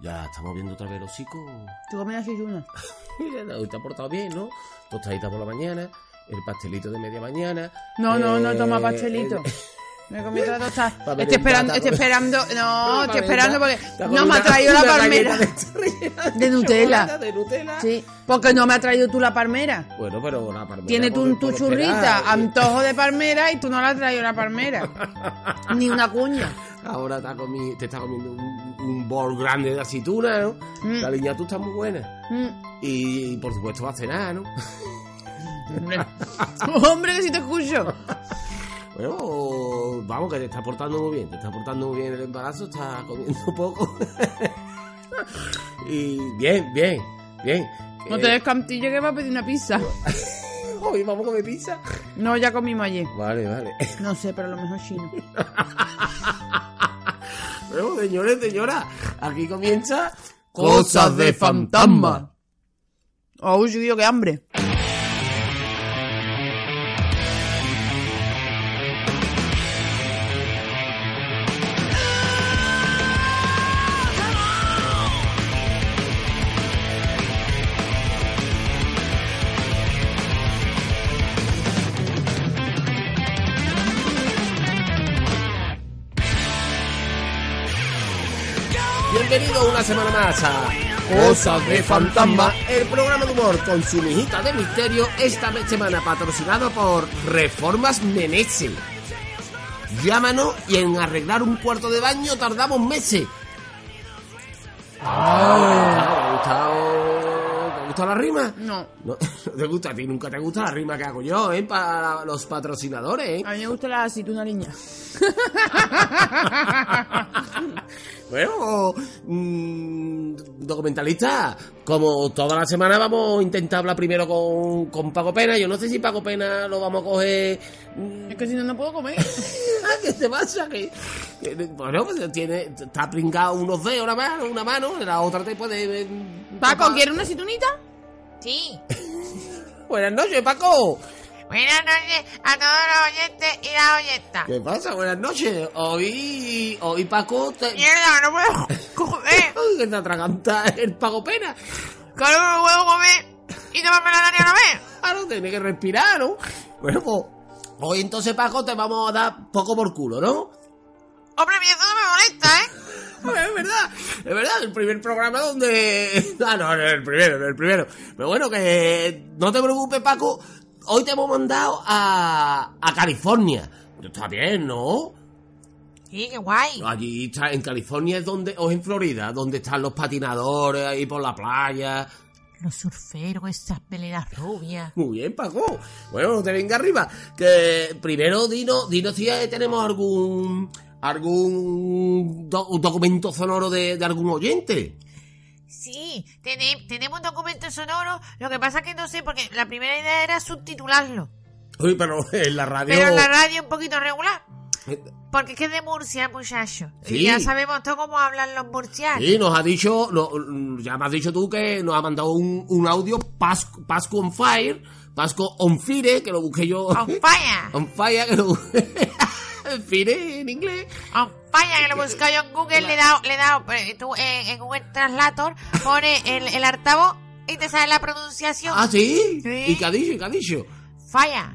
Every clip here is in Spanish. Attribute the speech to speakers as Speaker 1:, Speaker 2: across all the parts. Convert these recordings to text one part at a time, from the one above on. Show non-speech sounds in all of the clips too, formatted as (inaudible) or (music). Speaker 1: Ya estamos viendo otra vez el hocico. (laughs)
Speaker 2: Tú comes ayunas.
Speaker 1: Hoy te ha portado bien, ¿no? Tostadita por la mañana, el pastelito de media mañana.
Speaker 2: No, no, no
Speaker 1: eh,
Speaker 2: toma pastelito.
Speaker 1: eh,
Speaker 2: Me comí otra tostada.
Speaker 1: Para
Speaker 2: Estoy esperando,
Speaker 1: merendar,
Speaker 2: estoy esperando.
Speaker 1: (laughs)
Speaker 2: No, estoy
Speaker 1: para
Speaker 2: esperando porque
Speaker 1: merendar. Te ha
Speaker 2: no me
Speaker 1: comido
Speaker 2: ha traído la
Speaker 1: una
Speaker 2: palmera.
Speaker 1: galleta de- rellena
Speaker 2: De Nutella.
Speaker 1: chocolate, De Nutella.
Speaker 2: Sí, porque no me ha traído tú la palmera.
Speaker 1: Bueno, pero la palmera.
Speaker 2: Tiene tu,
Speaker 1: por-
Speaker 2: tu
Speaker 1: por
Speaker 2: churrita,
Speaker 1: esperar, eh. y-
Speaker 2: antojo de palmera y tú no la has traído
Speaker 1: (laughs)
Speaker 2: la palmera. Ni una cuña.
Speaker 1: Ahora te, ha comi- te está comiendo un, un bol grande de aceituna, ¿no?
Speaker 2: Mm.
Speaker 1: La niña tú está muy buena.
Speaker 2: Mm,
Speaker 1: Y, por supuesto va a cenar, ¿no?
Speaker 2: hombre. Hombre, que si te escucho.
Speaker 1: Bueno, vamos, que te está portando muy bien. Te está portando muy bien el embarazo, está comiendo (laughs) poco. y bien, bien, bien.
Speaker 2: No
Speaker 1: Eh,
Speaker 2: te des cantilla que va a pedir una pizza.
Speaker 1: Hoy Eh, vamos a comer pizza.
Speaker 2: No, ya comimos ayer.
Speaker 1: Vale, vale.
Speaker 2: No sé, pero a lo mejor chino.
Speaker 1: Bueno, señores, señoras, aquí comienza
Speaker 2: Oh, yo qué hambre.
Speaker 1: Bienvenidos una semana más a Cosas de Fantasma, el programa de humor con su mijita de misterio, esta semana patrocinado por Reformas Menezes. Llámanos y en arreglar un cuarto de baño tardamos meses. ¿Te ha gustado, ¿Te ha gustado la rima?
Speaker 2: No.
Speaker 1: No, (laughs) no te gusta, a ti nunca te gusta la rima que hago yo, ¿eh? Para los patrocinadores, ¿eh?
Speaker 2: A mí me gusta la aceituna niña.
Speaker 1: Bueno, mm, documentalista, como toda la semana vamos a intentar hablar primero con, con Paco Pena. Yo no sé si Paco Pena lo vamos a coger... mm, (laughs)
Speaker 2: Es que si no, no puedo comer.
Speaker 1: ¿Qué te pasa? Que, que- bueno, pues tiene, está pringado unos dedos, una mano, una mano, la otra te puede... eh,
Speaker 2: (laughs) Paco,
Speaker 1: tapar.
Speaker 2: ¿quieres una aceitunita?
Speaker 3: Sí.
Speaker 1: Buenas noches, Paco.
Speaker 3: Buenas noches a todos los oyentes y las oyentas.
Speaker 1: ¿Qué pasa? Buenas noches. Hoy, hoy Paco te... (laughs)
Speaker 3: Mierda, no puedo comer.
Speaker 1: que te atraganta el Paco Pena.
Speaker 3: Claro que no puedo comer y tomarme la daña a la vez.
Speaker 1: Claro, tiene que respirar, ¿no? Bueno, pues, hoy entonces, Paco, te vamos a dar poco por culo, ¿no?
Speaker 3: Hombre, mi eso no me molesta, ¿eh?
Speaker 1: Es verdad, es verdad, el primer programa donde... (laughs) Ah, no, no, el primero, no, el primero. Pero bueno, que no te preocupes, Paco, hoy te hemos mandado a, a California. Está bien, ¿no?
Speaker 3: Sí, qué guay.
Speaker 1: Allí está, en California es donde, o en Florida, donde están los patinadores ahí por la playa.
Speaker 3: Los surferos, esas peleas rubias.
Speaker 1: Muy bien, Paco. Bueno, no te venga arriba. Que primero dinos, dinos si eh, tenemos algún algún do- documento sonoro de, de algún oyente.
Speaker 3: Sí, tene- tenemos documentos sonoros. Lo que pasa es que no sé, porque la primera idea era subtitularlo.
Speaker 1: Uy, pero (laughs) en la radio.
Speaker 3: Pero la radio es un poquito regular. Porque es que es de Murcia, muchacho.
Speaker 1: Eh, Sí.
Speaker 3: Y ya sabemos todo cómo hablan los murcianos.
Speaker 1: Sí, nos ha dicho, no, ya me has dicho tú que nos ha mandado un, un audio Pas- Pasco on Fire, Pasco on Fire, que lo busqué yo.
Speaker 3: On fire.
Speaker 1: (laughs) On Fire, que lo busqué. (laughs) Fire en inglés.
Speaker 3: Ah, Vaya, que lo he buscado yo en Google, le he dado, le he dado, eh, tú, eh, en Google Translator pone el, el altavoz y te sale la pronunciación.
Speaker 1: Ah, sí.
Speaker 3: Sí.
Speaker 1: ¿Y qué ha dicho? ¿Y qué ha dicho?
Speaker 3: Falla.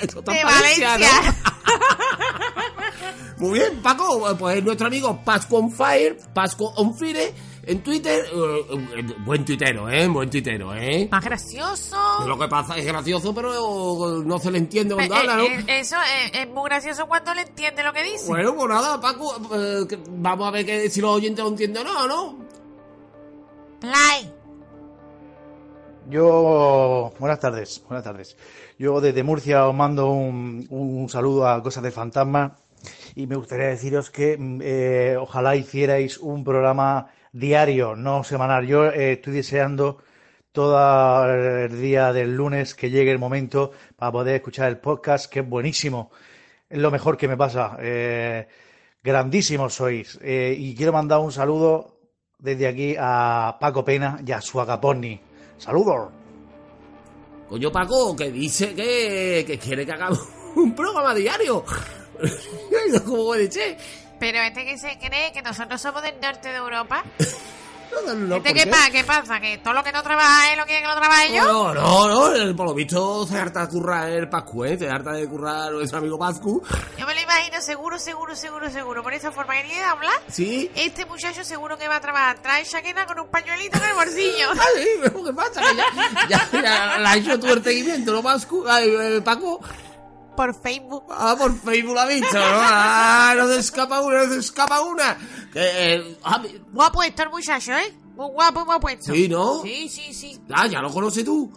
Speaker 1: Esto está
Speaker 3: De
Speaker 1: en Valencia,
Speaker 3: Valencia.
Speaker 1: ¿no? Muy bien, Paco, pues nuestro amigo Pasco on Fire, Pasco on Fire, en Twitter, eh, eh, buen tuitero, ¿eh? Buen tuitero, ¿eh?
Speaker 3: (laughs) Más gracioso.
Speaker 1: Lo que pasa es gracioso, pero no se le entiende
Speaker 3: Ah. Eh,
Speaker 1: cuando habla, ¿no?
Speaker 3: eh, eh, eso eh, es, muy gracioso cuando le entiende lo que dice.
Speaker 1: Bueno, pues nada, Paco, eh, que- vamos a ver que, si los oyentes lo entienden o no, ¿no?
Speaker 3: Like.
Speaker 4: Yo, buenas tardes, buenas tardes. Yo desde Murcia os mando un, un saludo a Cosas de Fantasma y me gustaría deciros que mm, eh, ojalá hicierais un programa diario, no semanal. Yo eh, estoy deseando todo el día del lunes que llegue el momento para poder escuchar el podcast, que es buenísimo. Es lo mejor que me pasa. Eh, grandísimos sois. Eh, y quiero mandar un saludo desde aquí a Paco Pena y a su Agaponi. Saludos.
Speaker 1: Coño, Paco, que dice (laughs) que, que quiere que hagamos un programa diario. ¿Cómo puede ser?
Speaker 3: Pero este que se cree que nosotros somos del norte de Europa.
Speaker 1: No, no, no,
Speaker 3: ¿Este
Speaker 1: ¿por
Speaker 3: qué, pasa? ¿Qué pasa? ¿Que todo lo que no trabaja es lo que, que lo trabaje yo?
Speaker 1: No, no, no, el- por lo visto se harta de currar el Pascu, ¿eh? Se harta de currar nuestro amigo Pascu.
Speaker 3: Yo me lo imagino seguro, seguro, seguro, seguro. Por esa formalidad de hablar,
Speaker 1: Sí.
Speaker 3: este muchacho seguro que va a trabajar. Trae chaqueta con un pañuelito en el bolsillo.
Speaker 1: (laughs) Ay, ¿pero ¿qué pasa? Que ya, ya, ya la ha hecho tu seguimiento, ¿no, Pascu? Ay, eh, Paco.
Speaker 3: Por Facebook.
Speaker 1: Ah, por Facebook la ha visto, ¿no? Ah, no se escapa una, no se escapa una. Que, eh, ah, mi-
Speaker 3: Guapo puesto el muchacho, ¿eh? Muy guapo, muy puesto.
Speaker 1: Sí, ¿no?
Speaker 3: Sí, sí, sí.
Speaker 1: ah, ya lo conoces tú.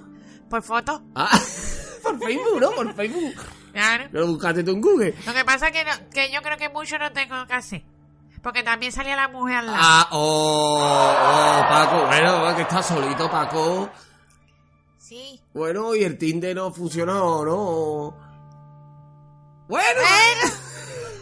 Speaker 3: Por foto.
Speaker 1: Ah, (laughs) por Facebook, ¿no? Por Facebook.
Speaker 3: Claro.
Speaker 1: Lo buscaste tú en Google.
Speaker 3: Lo que pasa es que, no- que yo creo que mucho no tengo que hacer. Porque también salía la mujer al lado.
Speaker 1: Ah, oh, oh, Paco. Bueno, que está solito, Paco.
Speaker 3: Sí.
Speaker 1: Bueno, y el Tinder no funcionó, ¿no? Bueno. (laughs)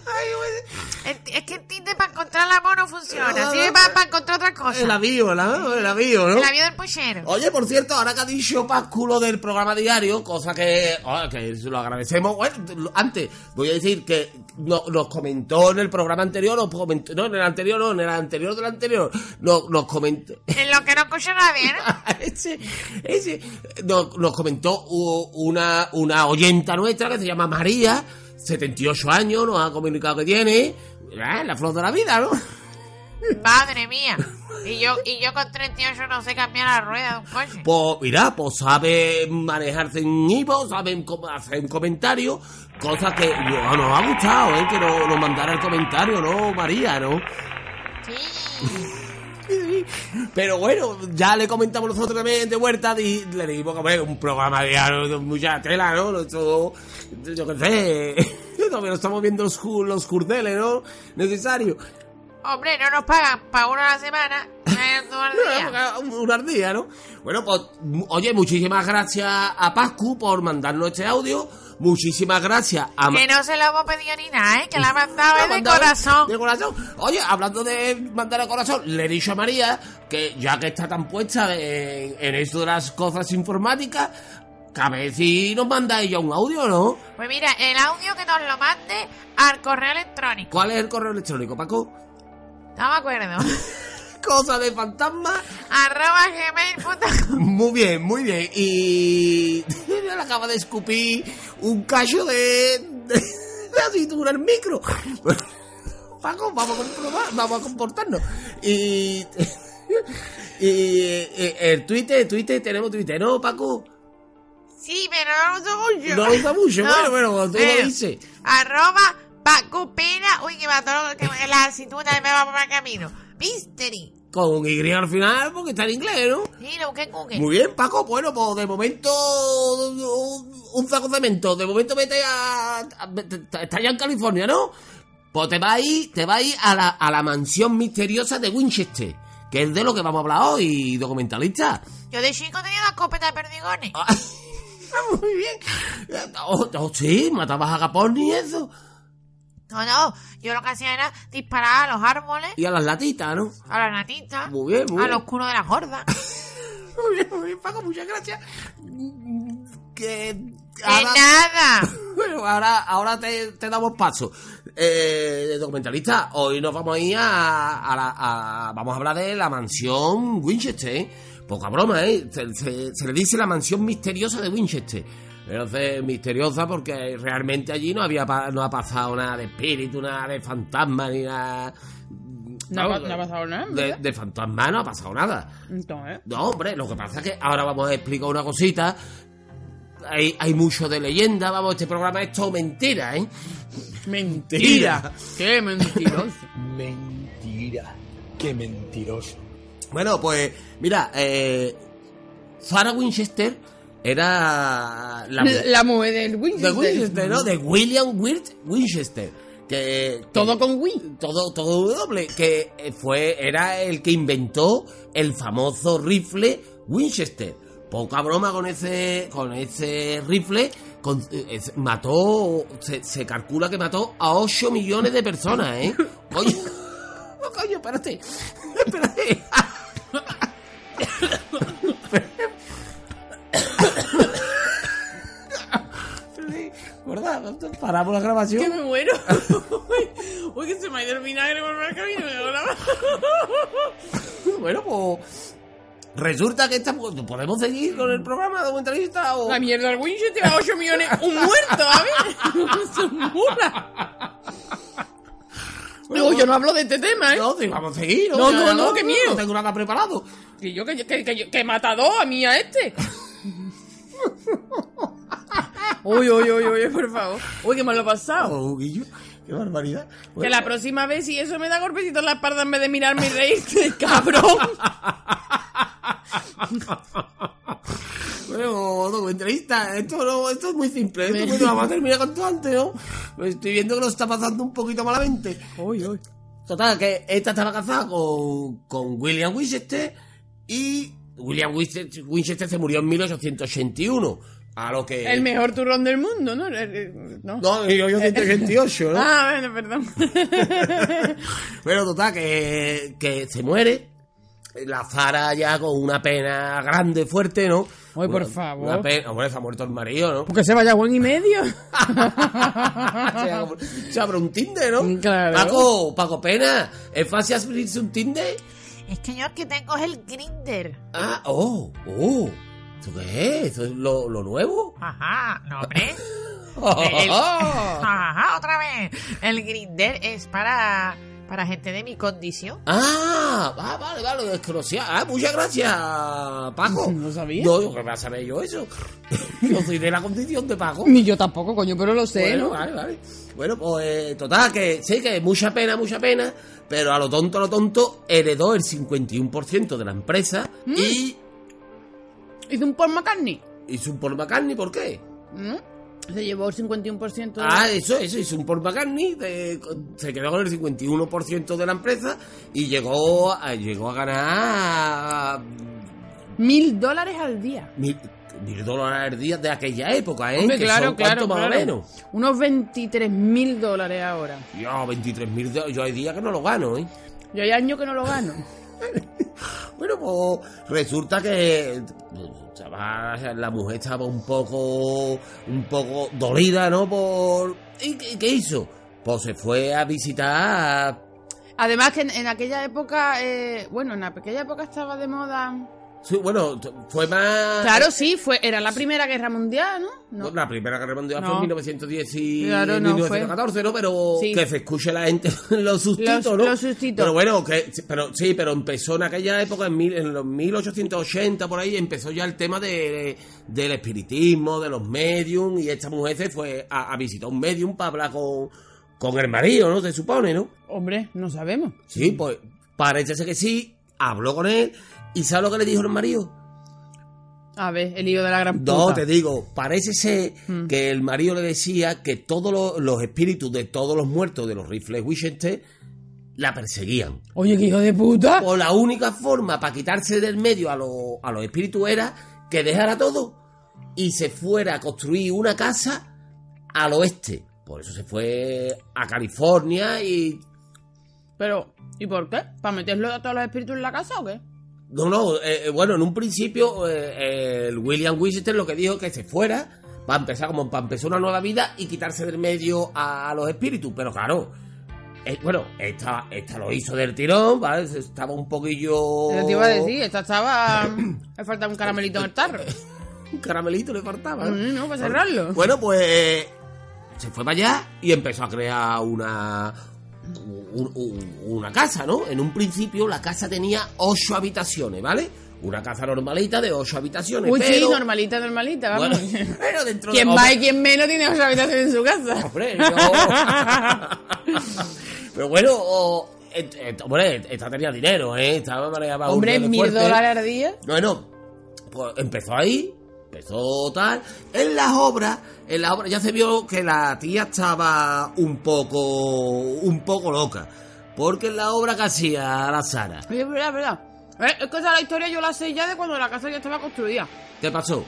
Speaker 1: Ay, bueno.
Speaker 3: El- es que el Tinder para encontrar la amor no funciona.
Speaker 1: No,
Speaker 3: Sirve
Speaker 1: no,
Speaker 3: para,
Speaker 1: no.
Speaker 3: encontrar otra cosa.
Speaker 1: El avión, ¿no? El avión, ¿no?
Speaker 3: El avión del puchero.
Speaker 1: Oye, por cierto, ahora que ha dicho Pásculo del programa diario, cosa que, ah, que se lo agradecemos. Bueno, lo- antes, voy a decir que no- nos comentó en el programa anterior, nos comentó, no, en el anterior, no, en el anterior del anterior, no, nos comentó. (laughs)
Speaker 3: En lo que no escucha nadie, ¿no?
Speaker 1: ese, ese, nos, nos comentó u- una, una oyenta nuestra que se llama María, 78 años, nos ha comunicado que tiene, ah, la flor de la vida, ¿no?
Speaker 3: ¿eh?
Speaker 1: (laughs)
Speaker 3: Madre mía. Y yo, y yo con 38 no sé cambiar la rueda de un coche.
Speaker 1: Pues mira, pues sabe manejarse en Ivo, saben cómo hacer un comentario, cosa que no- nos ha gustado, ¿eh? que no- nos mandara el comentario, ¿no, María, no? (laughs)
Speaker 3: Sí.
Speaker 1: Pero bueno, ya le comentamos nosotros también de vuelta, di- le dijimos que hombre, un programa diario de mucha tela, ¿no? Esto, yo qué sé, (laughs) todavía no estamos viendo los, ju- los curdeles, ¿no? Necesario.
Speaker 3: Hombre, no nos pagan para una a la semana, eh, todo el día.
Speaker 1: Un un ardía, ¿no? Bueno, pues, mu- oye, muchísimas gracias a Pascu por mandarnos este audio. Muchísimas gracias a... Ma-
Speaker 3: Que no se lo hemos pedido ni nada, ¿eh? Que
Speaker 1: (laughs)
Speaker 3: la ha mandado
Speaker 1: Ha
Speaker 3: es de
Speaker 1: mandado-
Speaker 3: corazón.
Speaker 1: De corazón. Oye, hablando de mandar el corazón, le he dicho a María que ya que está tan puesta en, en esto de las cosas informáticas, cabe si nos manda ella un audio, ¿no?
Speaker 3: Pues mira, el audio que nos lo mande al correo electrónico.
Speaker 1: ¿Cuál es el correo electrónico, Paco?
Speaker 3: No
Speaker 1: (laughs)
Speaker 3: me acuerdo.
Speaker 1: Cosa de fantasma.
Speaker 3: Arroba gmail.com.
Speaker 1: Muy bien, muy bien. Y (laughs) le acaba de escupir un cacho de, de, de aceituna al micro. (laughs) Paco, vamos a, comprobar- vamos a comportarnos. Y, (laughs) y, eh, el Twitter, el Twitter, tenemos Twitter, ¿no, Paco?
Speaker 3: Sí, pero no lo uso mucho.
Speaker 1: No lo usa mucho,
Speaker 3: No.
Speaker 1: bueno, bueno, cuando tú
Speaker 3: Eh,
Speaker 1: lo dices.
Speaker 3: Arroba Paco Pena. Uy, que va todo lo que la aceituna me va por el camino. Mystery.
Speaker 1: Con Y al final, porque está en inglés, ¿no?
Speaker 3: Sí, lo busqué en Google.
Speaker 1: Muy bien, Paco. Bueno, pues de momento. Un, un saco de cemento. De momento vete a. a- te- te- Está ya en California, ¿no? Pues te va a ir, te va a, ir a, la, a la mansión misteriosa de Winchester. Que es de lo que vamos a hablar hoy, documentalista.
Speaker 3: Yo de chico tenía una escopeta de perdigones.
Speaker 1: Ah, Muy bien. Oh, oh, sí, matabas a Capón y eso.
Speaker 3: No, no. Yo lo que hacía era disparar a los árboles,
Speaker 1: Y a las latitas, ¿no?
Speaker 3: a las natitas,
Speaker 1: Muy bien, muy
Speaker 3: a
Speaker 1: bien.
Speaker 3: los culos de las
Speaker 1: (laughs)
Speaker 3: gordas.
Speaker 1: Muy bien, muy bien, Paco. Muchas gracias. Mm, Que.
Speaker 3: ¡De
Speaker 1: ahora-
Speaker 3: nada!
Speaker 1: (laughs) Bueno, ahora, ahora te, te damos paso. Eh, documentalista, hoy nos vamos a ir a, a la- a- Vamos a hablar de la mansión Winchester. ¿eh? Poca broma, ¿eh? Se, se- se le dice la mansión misteriosa de Winchester. Entonces, misteriosa porque realmente allí no había pa- no ha pasado nada de espíritu, nada de fantasma, ni nada...
Speaker 2: No ha pa-
Speaker 1: Vamos,
Speaker 2: no ha pasado nada,
Speaker 1: De,
Speaker 2: ¿verdad? ¿eh?
Speaker 1: de fantasma no ha pasado nada.
Speaker 2: Entonces,
Speaker 1: No, hombre, lo que pasa es que ahora vamos a explicar una cosita. Hay, hay mucho de leyenda, vamos, este programa es todo mentira, ¿eh?
Speaker 2: mentira. (laughs) Qué mentiroso.
Speaker 5: Mentira. Qué mentiroso.
Speaker 1: Bueno, pues, mira, eh, Sarah Winchester era la
Speaker 2: La,
Speaker 1: mujer
Speaker 2: la mujer del
Speaker 1: de
Speaker 2: Winchester.
Speaker 1: Winchester, ¿no? De William Wirt Winchester. Que, que-
Speaker 2: Todo con Wii.
Speaker 1: todo, todo doble, que eh, fue, era el que inventó el famoso rifle Winchester. Poca broma con ese, con ese rifle, con- eh, es- mató, se, se calcula que mató a 8 millones de personas, ¿eh? Coño, (laughs) no, coño, espérate, espérate. Espérate, ¿Verdad? Paramos la grabación.
Speaker 2: Que me muero. (laughs) Uy, que se me ha ido el vinagre por el camino. me da la- (laughs)
Speaker 1: bueno, pues. Resulta que esta, pues, podemos seguir con el programa de entrevista o.
Speaker 2: La mierda, el Winchester lleva 8 millones. Un muerto, a (laughs) ver. Son mula. Digo, yo no hablo de este tema, ¿eh?
Speaker 1: No, sí, vamos a seguir.
Speaker 2: No,
Speaker 1: ya,
Speaker 2: no, no, qué miedo.
Speaker 1: No tengo nada preparado.
Speaker 2: Que yo, que, yo- que, que, yo- que matador a mí, a este. Uy, uy, uy, uy, por favor. Uy, qué mal lo he pasado.
Speaker 1: Oh, Guillo, qué barbaridad.
Speaker 2: Que
Speaker 1: Bueno,
Speaker 2: la próxima vez, si eso me da golpecito en la espalda en vez de mirarme y reírte, (laughs) cabrón.
Speaker 1: bueno, no, entrevista. Esto, no, esto es muy simple. Esto pues, vamos a terminar cuanto antes, ¿no? Pues Estoy viendo que nos está pasando un poquito malamente.
Speaker 2: Uy, uy.
Speaker 1: Total, que esta estaba casada con, con William Winchester y William Winchester, Winchester se murió en 1881. A lo que.
Speaker 2: El mejor turrón del mundo, ¿no? El- el- No.
Speaker 1: No, yo, yo 188, ¿no?
Speaker 2: Ah, bueno, (laughs) perdón.
Speaker 1: Pero total, que, que se muere. La Zara ya con una pena grande, fuerte, ¿no?
Speaker 2: Ay, por
Speaker 1: Una-
Speaker 2: favor.
Speaker 1: Una pena. Hombre, se ha muerto el marido,
Speaker 2: (laughs)
Speaker 1: ¿no?
Speaker 2: Porque se vaya buen y medio.
Speaker 1: se, abre, se abre un Tinder, ¿no?
Speaker 2: Claro.
Speaker 1: Paco, Paco Pena, ¿es fácil abrirse un Tinder?
Speaker 3: Es que yo el que tengo es el grinder.
Speaker 1: Ah, oh, oh. ¿Eso qué es? ¿Eso es lo, lo nuevo?
Speaker 3: Ajá,
Speaker 1: (laughs)
Speaker 3: no, hombre. El-
Speaker 1: Ah,
Speaker 3: Ajá, otra vez. El grinder es para, para gente de mi condición.
Speaker 1: Ah, ah, vale, vale, desconocía. Ah, muchas gracias,
Speaker 2: (laughs)
Speaker 1: Paco.
Speaker 2: (laughs) No sabía.
Speaker 1: No, yo que a saber yo eso. (laughs) yo soy de la condición de Paco.
Speaker 2: Ni yo tampoco, coño, pero lo sé,
Speaker 1: Bueno,
Speaker 2: ¿no?
Speaker 1: vale, vale. Bueno, pues eh, total, que sí, que mucha pena, mucha pena, pero a lo tonto, a lo tonto, heredó el 51% de la empresa
Speaker 2: Mm.
Speaker 1: y
Speaker 2: Hizo un Paul McCartney.
Speaker 1: hizo un Paul McCartney, ¿por qué?
Speaker 2: ¿Mm? Se llevó el 51% de...
Speaker 1: Ah, eso, eso, hizo un Paul McCartney, de- se quedó con el 51% de la empresa y llegó a, llegó a ganar
Speaker 2: Mil dólares al día.
Speaker 1: mil, mil dólares al día de aquella época, ¿eh?
Speaker 2: Hombre,
Speaker 1: Que
Speaker 2: claro,
Speaker 1: son,
Speaker 2: claro,
Speaker 1: ¿cuánto más
Speaker 2: claro.
Speaker 1: o menos.
Speaker 2: Unos 23 mil dólares ahora.
Speaker 1: Yo, 23 mil, yo hay días que no lo gano, ¿eh?
Speaker 2: Yo hay años que no lo (laughs) gano.
Speaker 1: Bueno, pues resulta que pues, chaval, la mujer estaba un poco, un poco dolida, ¿no? Por ¿y qué, qué hizo? Pues se fue a visitar.
Speaker 2: Además que en, en aquella época... eh, bueno, en aquella época estaba de moda...
Speaker 1: sí, bueno, t- fue más.
Speaker 2: Claro, sí, fue era la Primera Guerra Mundial, ¿no? No.
Speaker 1: La primera guerra mundial fue
Speaker 2: No.
Speaker 1: en 1910 y
Speaker 2: Claro, no,
Speaker 1: 1914, ¿no? Pero
Speaker 2: Sí.
Speaker 1: que se escuche la gente (laughs) los sustitos,
Speaker 2: Los-
Speaker 1: ¿no?
Speaker 2: los sustitos.
Speaker 1: Pero bueno, que, pero, sí, pero empezó en aquella época, en, mil- en los 1880, por ahí, empezó ya el tema de, del espiritismo, de los medium, y esta mujer se fue a, a visitar un medium para hablar con, con el marido, ¿no? Se supone, ¿no?
Speaker 2: Hombre, no sabemos.
Speaker 1: Sí, pues parece ser que sí, habló con él, y ¿sabes lo que le dijo el marido?
Speaker 2: A ver, el lío de la gran puta.
Speaker 1: No, te digo, parece ser que el marido le decía que todos los, los espíritus de todos los muertos de los rifles Winchester la perseguían.
Speaker 2: Oye, qué hijo de puta.
Speaker 1: O la única forma para quitarse del medio a, lo- a los espíritus era que dejara todo y se fuera a construir una casa al oeste. Por eso se fue a California y...
Speaker 2: Pero, ¿y por qué? ¿Para meterlo a todos los espíritus en la casa o qué?
Speaker 1: No, no, eh, eh, bueno, en un principio eh, el William Winchester lo que dijo que se fuera para empezar como para empezar una nueva vida y quitarse del medio a, los espíritus, pero claro, eh, bueno, esta, esta lo hizo del tirón, ¿vale? Se- Estaba un poquillo...
Speaker 2: Yo Te iba a decir,
Speaker 1: (coughs)
Speaker 2: esta estaba... Le falta un caramelito en el tarro.
Speaker 1: Un caramelito le faltaba. ¿no?
Speaker 2: Mm, No, para cerrarlo.
Speaker 1: Bueno, pues se fue para allá y empezó a crear una un- un- una casa, ¿no? En un principio la casa tenía ocho habitaciones, ¿vale? Una casa normalita de ocho habitaciones.
Speaker 2: Uy, sí,
Speaker 1: pero-
Speaker 2: normalita, normalita,
Speaker 1: Bueno,
Speaker 2: (laughs) vamos.
Speaker 1: pero dentro
Speaker 2: Quien
Speaker 1: de...
Speaker 2: más y quien menos tiene otra habitación en su
Speaker 1: (laughs)
Speaker 2: casa.
Speaker 1: Hombre, yo- (laughs) Pero bueno, o- et- et- hombre, esta tenía dinero, ¿eh? Estaba mareada
Speaker 2: Hombre,
Speaker 1: burde de
Speaker 2: mil
Speaker 1: fuerte. ¿eh?
Speaker 2: dólares al día.
Speaker 1: Bueno, pues empezó ahí, empezó tal. En las obras, en las obras ya se vio que la tía estaba un poco, un poco loca. Porque en la obra que hacía la Sara,
Speaker 2: Oye, Es verdad, es verdad. Eh, Es que esa la historia yo la sé ya de cuando la casa ya estaba construida.
Speaker 1: ¿qué pasó?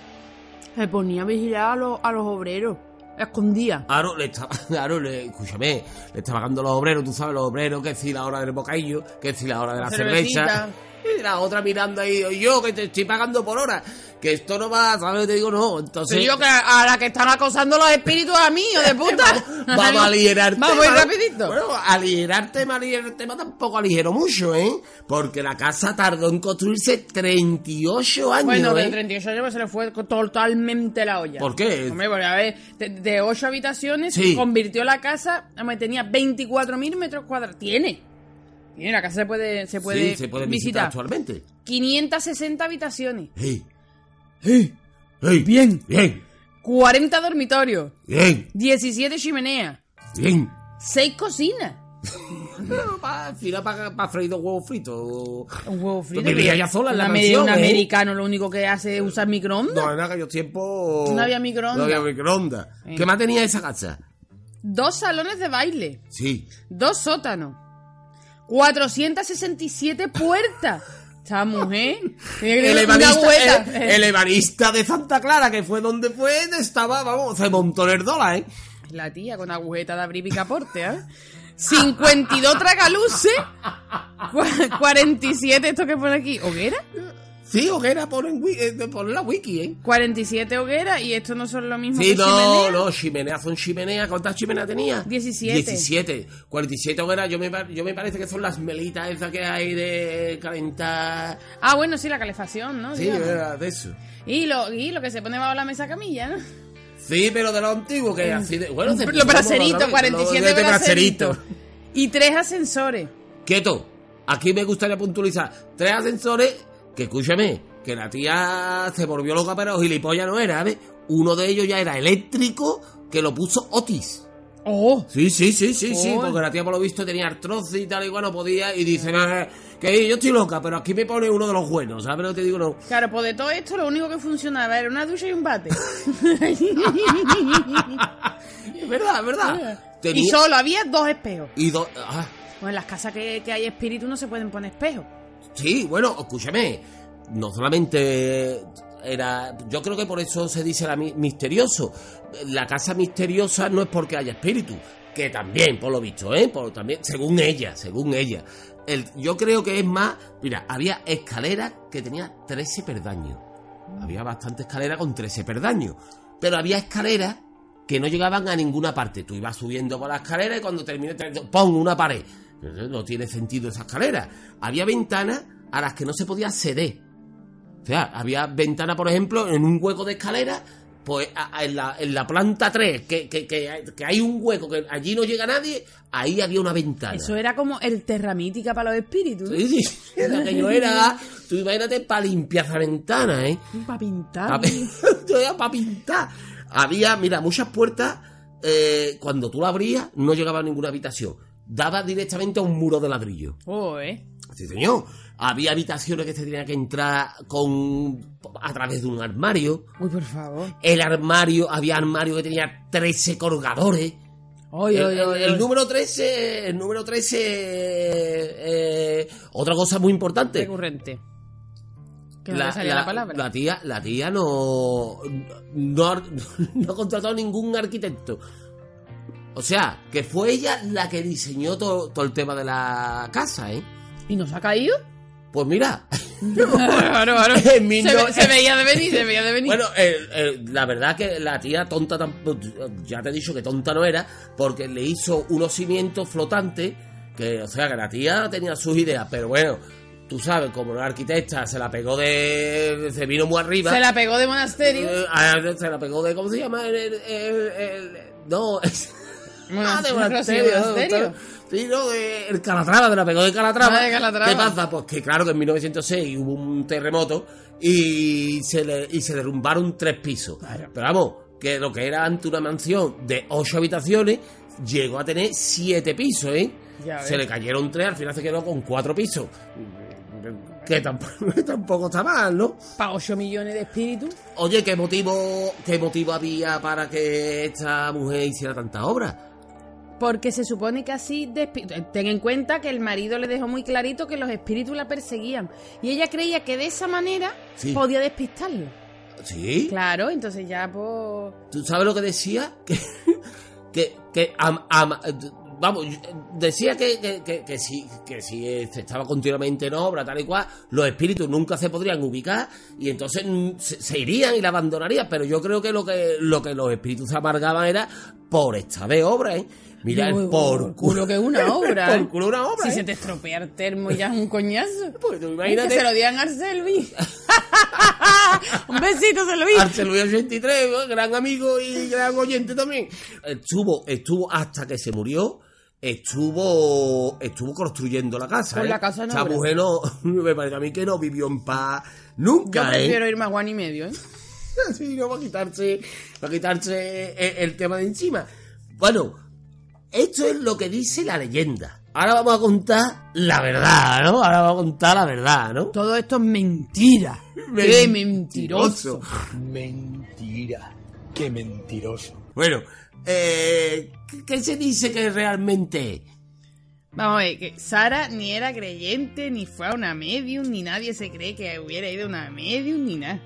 Speaker 2: Se ponía a vigilar a los, a los obreros. Escondía.
Speaker 1: Aro le estaba, (laughs) Aro le, escúchame, le estaba pagando a los obreros, tú sabes, los obreros, que si la hora del bocadillo, que si la hora de la
Speaker 2: Cervecita.
Speaker 1: cerveza. Y la otra mirando ahí, yo que te estoy pagando por hora, que esto no va, ¿sabes? lo que Te digo, no. Entonces,
Speaker 2: Soy yo que a a la que están acosando los espíritus a mí, hijo
Speaker 1: (laughs)
Speaker 2: de puta.
Speaker 1: Vamos a
Speaker 2: (laughs)
Speaker 1: aligerar
Speaker 2: Vamos
Speaker 1: tema.
Speaker 2: rapidito.
Speaker 1: Bueno, aligerar tema, aligerar tema tampoco aligeró mucho, ¿eh? Porque la casa tardó en construirse 38 años.
Speaker 2: Bueno, de
Speaker 1: ¿eh?
Speaker 2: 38 años se le fue co- totalmente la olla.
Speaker 1: ¿Por qué?
Speaker 2: Hombre, porque a ver, de, 8 habitaciones
Speaker 1: Sí.
Speaker 2: convirtió la casa, hombre, tenía 24.000 metros cuadrados. Tiene. Tiene, la casa se puede, se puede,
Speaker 1: sí, se puede visitar
Speaker 2: visitar.
Speaker 1: actualmente.
Speaker 2: 560 habitaciones,
Speaker 1: Hey. Hey. Hey.
Speaker 2: Bien.
Speaker 1: Bien.
Speaker 2: 40 dormitorios,
Speaker 1: Bien.
Speaker 2: 17 chimeneas,
Speaker 1: Bien.
Speaker 2: 6 cocinas.
Speaker 1: Para para freír dos huevos fritos. o-
Speaker 2: Un huevo frito.
Speaker 1: Pues vivía
Speaker 2: pero
Speaker 1: ella sola en la
Speaker 2: una me-
Speaker 1: mansión,
Speaker 2: Un
Speaker 1: ¿eh?
Speaker 2: americano lo único que hace es usar microondas.
Speaker 1: No, eh. en aquellos tiempos.
Speaker 2: No había microondas.
Speaker 1: No había microondas.
Speaker 2: Sí.
Speaker 1: ¿Qué más tenía esa casa?
Speaker 2: Dos salones de baile.
Speaker 1: Sí.
Speaker 2: Dos sótanos. 467 puertas.
Speaker 1: (laughs)
Speaker 2: Esta mujer. Tenía que
Speaker 1: El
Speaker 2: tener una
Speaker 1: ebanista,
Speaker 2: hueta.
Speaker 1: el, el ebanista de Santa Clara, que fue donde fue, estaba, vamos, se montó el dólar, ¿eh?
Speaker 2: La tía con agujeta de abrir picaporte, ¿eh? 52 tragaluces. Cu- 47, esto que pone aquí. ¿Hoguera?
Speaker 1: Sí, hoguera, ponen, wi- eh, ponen la wiki, ¿eh?
Speaker 2: 47 hogueras y esto no son lo mismo
Speaker 1: Sí,
Speaker 2: que
Speaker 1: no,
Speaker 2: chimenea.
Speaker 1: no, chimeneas son chimeneas. ¿Cuántas chimeneas tenía?
Speaker 2: 17.
Speaker 1: 17. 47 hogueras, yo me, par- yo me parece que son las melitas esas que hay de calentar.
Speaker 2: Ah, bueno, sí, la calefacción, ¿no?
Speaker 1: Sí,
Speaker 2: Digamos.
Speaker 1: era de eso.
Speaker 2: Y lo, y lo que se pone bajo la mesa camilla, ¿no?
Speaker 1: Sí, pero de lo antiguo, que
Speaker 2: Mm.
Speaker 1: así de. Bueno, se-
Speaker 2: Los braceritos,
Speaker 1: lo-
Speaker 2: 47
Speaker 1: lo- de este
Speaker 2: braceritos. Y tres ascensores.
Speaker 1: Quieto, aquí me gustaría puntualizar. Tres ascensores que, escúchame, que la tía se volvió loca, pero gilipollas no era, ¿ves? Uno de ellos ya era eléctrico, que lo puso Otis.
Speaker 2: ¡Oh!
Speaker 1: Sí, sí, sí, sí, sí,
Speaker 2: Uy.
Speaker 1: porque la tía por lo visto tenía artrosis y tal y bueno, podía y dice, "Nah, que yo estoy loca, pero aquí me pone uno de los buenos, ¿sabes? No te digo no. (laughs)
Speaker 2: Claro, pues de todo esto lo único que funcionaba era una ducha y un bate.
Speaker 1: Es verdad, es verdad. (laughs) Tenía-
Speaker 2: y solo había dos espejos.
Speaker 1: y dos... ah,
Speaker 2: Pues en las casas que, que hay espíritu no se pueden poner espejos.
Speaker 1: sí, bueno, escúchame, no solamente era... Yo creo que por eso se dice la mi- misterioso. La casa misteriosa no es porque haya espíritu, que también, por lo visto, ¿eh? Por, también, según ella, según ella. El- yo creo que es más... Mira, había escaleras que tenía 13 perdaños. Había bastante escalera con 13 perdaños. Pero había escaleras que no llegaban a ninguna parte. Tú ibas subiendo por la escalera y cuando terminé, te- ¡pum! una pared. No tiene sentido esa escalera. Había ventanas a las que no se podía acceder. O sea, había ventanas, por ejemplo, en un hueco de escalera, pues a- a- en, la, en la planta 3, que, que- que- que hay un hueco, que allí no llega nadie, ahí había una ventana.
Speaker 2: Eso era como el terramítica para los espíritus. ¿no?
Speaker 1: Sí, sí, lo que yo era, tú imagínate para limpiar esa ventana, ¿eh?
Speaker 2: Para pintar.
Speaker 1: A ver, (laughs) Yo era para pintar. Había, mira, muchas puertas. eh, cuando tú la abrías, no llegaba a ninguna habitación. Daba directamente a un muro de ladrillo.
Speaker 2: Oh, ¿eh?
Speaker 1: Sí, señor. Había habitaciones que se tenían que entrar con a través de un armario.
Speaker 2: Uy, por favor.
Speaker 1: El armario, había armario que tenía 13 colgadores.
Speaker 2: Oy,
Speaker 1: El,
Speaker 2: oy,
Speaker 1: el-
Speaker 2: oy,
Speaker 1: el
Speaker 2: oy.
Speaker 1: número 13, el número 13, eh, eh, otra cosa muy importante.
Speaker 2: recurrente. Que no le salía la, palabra.
Speaker 1: la tía, la tía no, no, ar- no ha contratado ningún arquitecto. O sea, que fue ella la que diseñó todo todo el tema de la casa, ¿eh?
Speaker 2: ¿Y nos ha
Speaker 1: (laughs)
Speaker 2: caído?
Speaker 1: Pues
Speaker 2: (laughs)
Speaker 1: mira,
Speaker 2: Claro, claro.
Speaker 1: En
Speaker 2: Se,
Speaker 1: mil
Speaker 2: ve-
Speaker 1: no-
Speaker 2: se veía de venir, se veía de venir.
Speaker 1: bueno, el- el- la verdad que la tía tonta, tampoco- ya te he dicho que tonta no era, porque le hizo unos cimientos flotantes, que, o sea, que la tía tenía sus ideas, pero bueno, tú sabes, como la arquitecta se la pegó de... se vino muy arriba.
Speaker 2: se la pegó de monasterio.
Speaker 1: Eh, ah, se la pegó de. ¿Cómo se llama? El, el, el- el- no, (laughs) es.
Speaker 2: Monas-
Speaker 1: Ah, de
Speaker 2: Rocío
Speaker 1: monasterio.
Speaker 2: Monasterio.
Speaker 1: Sí, no, de- el Calatrava, de la pegó de Calatrava.
Speaker 2: Ah, de Calatrava.
Speaker 1: ¿Qué pasa? Pues que claro que en 1906 hubo un terremoto y se, le- y se derrumbaron tres pisos. Pero vamos, que lo que era antes una mansión de ocho habitaciones llegó a tener siete pisos, ¿eh?
Speaker 2: Ya ves.
Speaker 1: Se le cayeron tres, al final se quedó con cuatro pisos. Que tampoco, (laughs) tampoco está mal, ¿no?
Speaker 2: Para 8 millones de espíritus.
Speaker 1: Oye, ¿qué motivo, ¿qué motivo había para que esta mujer hiciera tantas obras?
Speaker 2: Porque se supone que así... despi- Ten en cuenta que el marido le dejó muy clarito que los espíritus la perseguían. Y ella creía que de esa manera
Speaker 1: Sí.
Speaker 2: podía despistarlo.
Speaker 1: ¿Sí?
Speaker 2: Claro, entonces ya pues...
Speaker 1: ¿Tú sabes lo que decía? Que, que, que am- am- vamos, decía que, que, que- que si, que si estaba continuamente en obra, tal y cual, los espíritus nunca se podrían ubicar y entonces mm, se, se irían y la abandonarían. Pero yo creo que lo que, lo que los espíritus amargaban era por esta de obra, ¿eh? Mira, el
Speaker 2: Uy,
Speaker 1: por
Speaker 2: por culo que es una obra.
Speaker 1: por culo una obra.
Speaker 2: Si
Speaker 1: ¿eh?
Speaker 2: se te estropea el termo ya es un coñazo.
Speaker 1: Pues tú
Speaker 2: Ay,
Speaker 1: imagínate.
Speaker 2: Que se lo digan a (laughs) Arcelvi. un besito, Arcelvi.
Speaker 1: Arcel Luis 83, ¿no? gran amigo y gran oyente también. Estuvo, estuvo hasta que se murió. Estuvo, estuvo construyendo la casa.
Speaker 2: Con
Speaker 1: ¿eh?
Speaker 2: la casa en
Speaker 1: Esta
Speaker 2: obra.
Speaker 1: mujer no, (laughs) me parece a mí que no vivió en paz
Speaker 2: Yo
Speaker 1: nunca. ¿eh?
Speaker 2: prefiero irme a Juan y medio, ¿eh?
Speaker 1: (laughs) Sí, no, para quitarse, para quitarse el, el tema de encima. Bueno, esto es lo que dice la leyenda. Ahora vamos a contar la verdad, ¿no? Ahora vamos a contar la verdad, ¿no?
Speaker 2: Todo esto es mentira. Qué mentiroso.
Speaker 5: Mentira. Qué mentiroso.
Speaker 1: Bueno, eh, ¿qué- ¿qué se dice que realmente es?
Speaker 2: Vamos a ver, que Sara ni era creyente, ni fue a una medium, ni nadie se cree que hubiera ido a una medium, ni nada.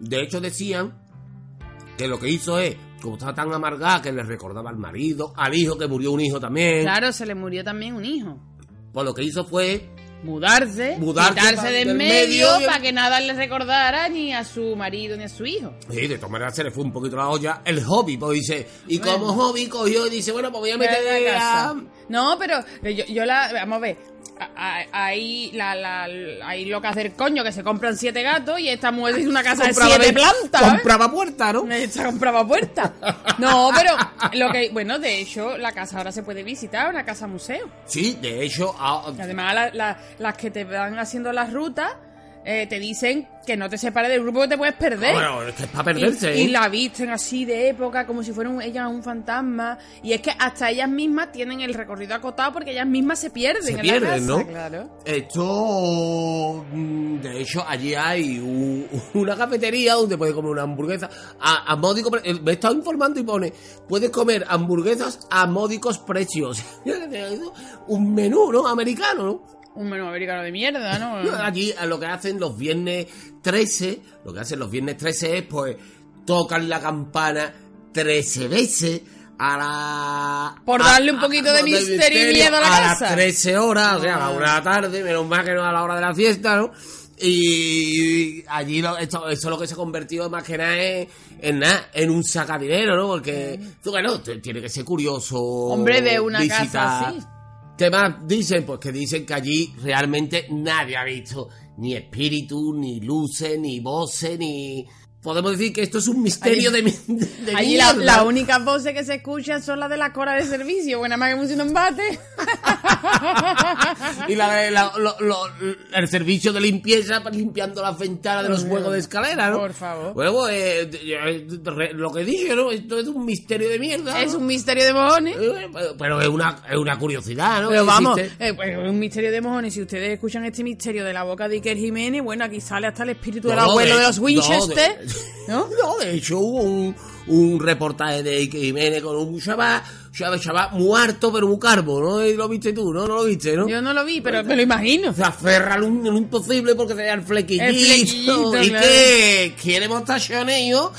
Speaker 1: De hecho, decían que lo que hizo es, como estaba tan amargada que le recordaba al marido, al hijo que murió un hijo también,
Speaker 2: Claro, se le murió también un hijo.
Speaker 1: pues lo que hizo fue
Speaker 2: Mudarse,
Speaker 1: Mudarse pa-
Speaker 2: quitarse de
Speaker 1: del
Speaker 2: en
Speaker 1: medio
Speaker 2: medio
Speaker 1: y-
Speaker 2: para que nada le recordara ni a su marido ni a su hijo.
Speaker 1: Sí, de todas maneras se le fue un poquito la olla el hobby, pues dice, y
Speaker 2: Bueno.
Speaker 1: como hobby cogió y dice, bueno, pues voy a meter
Speaker 2: Ve a la
Speaker 1: a-
Speaker 2: casa. No, pero eh, yo, yo la. Vamos a ver. a- a- Hay, la, la, hay locas del coño que se compran siete gatos y esta mujer hizo una casa de siete plantas. ¿eh?
Speaker 1: Compraba puerta, ¿no?
Speaker 2: Esta compraba puerta. No, pero lo que. Bueno, de hecho, la casa ahora se puede visitar, una casa museo.
Speaker 1: Sí, de hecho, a-
Speaker 2: Y Además, la- la- las que te van haciendo las rutas eh, te dicen que no te separes del grupo que te puedes perder.
Speaker 1: Ah, bueno, es que es para
Speaker 2: Y-
Speaker 1: perderse,
Speaker 2: Y,
Speaker 1: ¿eh?
Speaker 2: la visten así de época, como si fueran ellas un fantasma. Y es que hasta ellas mismas tienen el recorrido acotado porque ellas mismas se pierden.
Speaker 1: Se
Speaker 2: en
Speaker 1: pierden,
Speaker 2: la casa,
Speaker 1: ¿no?
Speaker 2: Claro.
Speaker 1: Esto, mm, de hecho, allí hay u- (laughs) una cafetería donde puedes comer una hamburguesa a, a módico pre- eh, Me he estado informando y pone, puedes comer hamburguesas a módicos precios. (laughs) Un menú, ¿no? Americano, ¿no?
Speaker 2: Un menú americano de
Speaker 1: (laughs)
Speaker 2: mierda, ¿no?
Speaker 1: Allí a lo que hacen los viernes 13, lo que hacen los viernes 13 es pues tocan la campana 13 veces a la...
Speaker 2: Por
Speaker 1: a-
Speaker 2: darle un poquito de misterio y miedo a la
Speaker 1: las
Speaker 2: casa.
Speaker 1: 13 horas, o sea, a la
Speaker 2: Ah.
Speaker 1: una de la tarde, menos mal que no a la hora de la fiesta, ¿no? Y allí lo, esto, esto lo que se ha convertido más que nada es en, nada, en un sacadinero, ¿no? Porque, tú, bueno, t- tiene que ser curioso.
Speaker 2: Hombre, de una casa
Speaker 1: visitar
Speaker 2: así.
Speaker 1: ¿Qué más dicen? Pues que dicen que allí realmente nadie ha visto ni espíritu, ni luces, ni voces, ni... Podemos decir que esto es un misterio de, mi- de- de
Speaker 2: Allí la,
Speaker 1: mierda.
Speaker 2: las únicas voces que se escuchan son las de la cora de servicio. Buena más que
Speaker 1: (laughs)
Speaker 2: un embate.
Speaker 1: Y la, de la- lo- lo- el servicio de limpieza para limpiando las ventanas de los juegos de escalera, ¿no?
Speaker 2: Por favor.
Speaker 1: Luego, eh, eh, re- lo que dije, ¿no? Esto es un misterio de mierda.
Speaker 2: Es
Speaker 1: ¿no?
Speaker 2: un misterio de mojones.
Speaker 1: Eh, Pero, pero es una, es una curiosidad, ¿no?
Speaker 2: Pero
Speaker 1: Que
Speaker 2: vamos,
Speaker 1: existe.
Speaker 2: eh, pues, es un misterio de mojones. Si ustedes escuchan este misterio de la boca de Iker Jiménez, bueno, aquí sale hasta el espíritu del
Speaker 1: No,
Speaker 2: abuelo
Speaker 1: de-
Speaker 2: de los
Speaker 1: no,
Speaker 2: Winchester.
Speaker 1: de-
Speaker 2: ¿No?
Speaker 1: No, de hecho hubo un, un reportaje de Ike Jiménez con un chaval, chaval, chaval muerto pero muy carbo, ¿no? Y lo viste tú, ¿no? No lo viste, ¿no?
Speaker 2: Yo no lo vi, pero me lo imagino.
Speaker 1: Se aferra al un, al imposible porque se da el flequillito.
Speaker 2: El flequillito,
Speaker 1: y
Speaker 2: claro.
Speaker 1: que quiere montachoneos.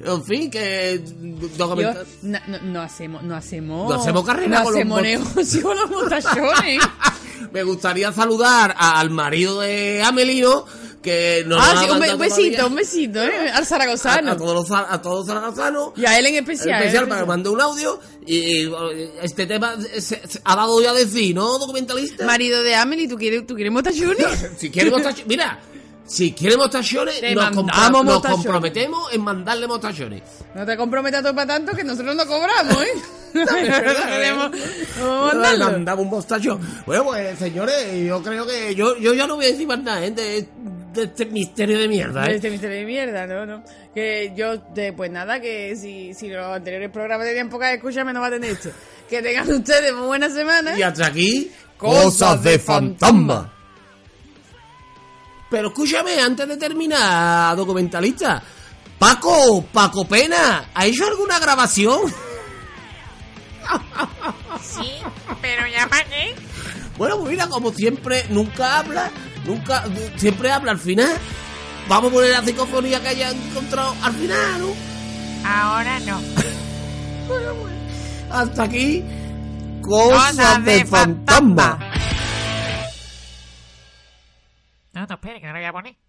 Speaker 1: En fin, que... no
Speaker 2: Yo-
Speaker 1: comenta-
Speaker 2: no, no- no hacemos, no hacemos,
Speaker 1: No hacemos carrera con
Speaker 2: no
Speaker 1: los
Speaker 2: hacemos
Speaker 1: mot-
Speaker 2: negocio con los motachones.
Speaker 1: (laughs) Me gustaría saludar a- al marido de Amelino, que nos
Speaker 2: ah,
Speaker 1: ha
Speaker 2: sí, un, be-
Speaker 1: mandado
Speaker 2: un besito,
Speaker 1: todavía-
Speaker 2: un besito, ¿eh? Al
Speaker 1: a,
Speaker 2: zaragozano.
Speaker 1: a todos los, a todos los zaragazanos.
Speaker 2: y a él en
Speaker 1: especial,
Speaker 2: especial. ¿eh?
Speaker 1: para que mande un audio y, y, eh, este tema se- se- ha dado ya de sí, ¿no, documentalista?
Speaker 2: Marido de Amelie, ¿tú quieres, tú quieres motachones?
Speaker 1: si quiere mostachones, mira, si quiere mostachones,
Speaker 2: Te
Speaker 1: nos,
Speaker 2: mandamos
Speaker 1: compra- nos
Speaker 2: mostachones.
Speaker 1: comprometemos en mandarle mostachones.
Speaker 2: No te comprometas tú para tanto que nosotros no cobramos, ¿eh?
Speaker 1: verdad,
Speaker 2: Queremos- vamos
Speaker 1: Le
Speaker 2: a mandarlo.
Speaker 1: mandamos un mostachón. Bueno, pues señores, yo creo que yo, yo ya no voy a decir más nada ¿eh? de, de este misterio de mierda. ¿eh?
Speaker 2: Este misterio de mierda, no, no. Que yo, de- pues nada, que si, si los anteriores programas tenían pocas escuchas, menos va a tener este. Que tengan (laughs) ustedes muy buena semana.
Speaker 1: Y hasta aquí,
Speaker 2: Cosas de fantasma.
Speaker 1: Pero escúchame, antes de terminar, documentalista. Paco, Paco Pena, ¿ha hecho alguna grabación? (laughs)
Speaker 3: Sí, pero ya para qué.
Speaker 1: Bueno, pues mira, como siempre, nunca habla, nunca, siempre habla al final. Vamos a poner la psicofonía que haya encontrado al final, ¿no?
Speaker 3: Ahora no.
Speaker 1: Hasta aquí, Cosas de fantasma.
Speaker 3: No, no, espere, que no lo voy a poner.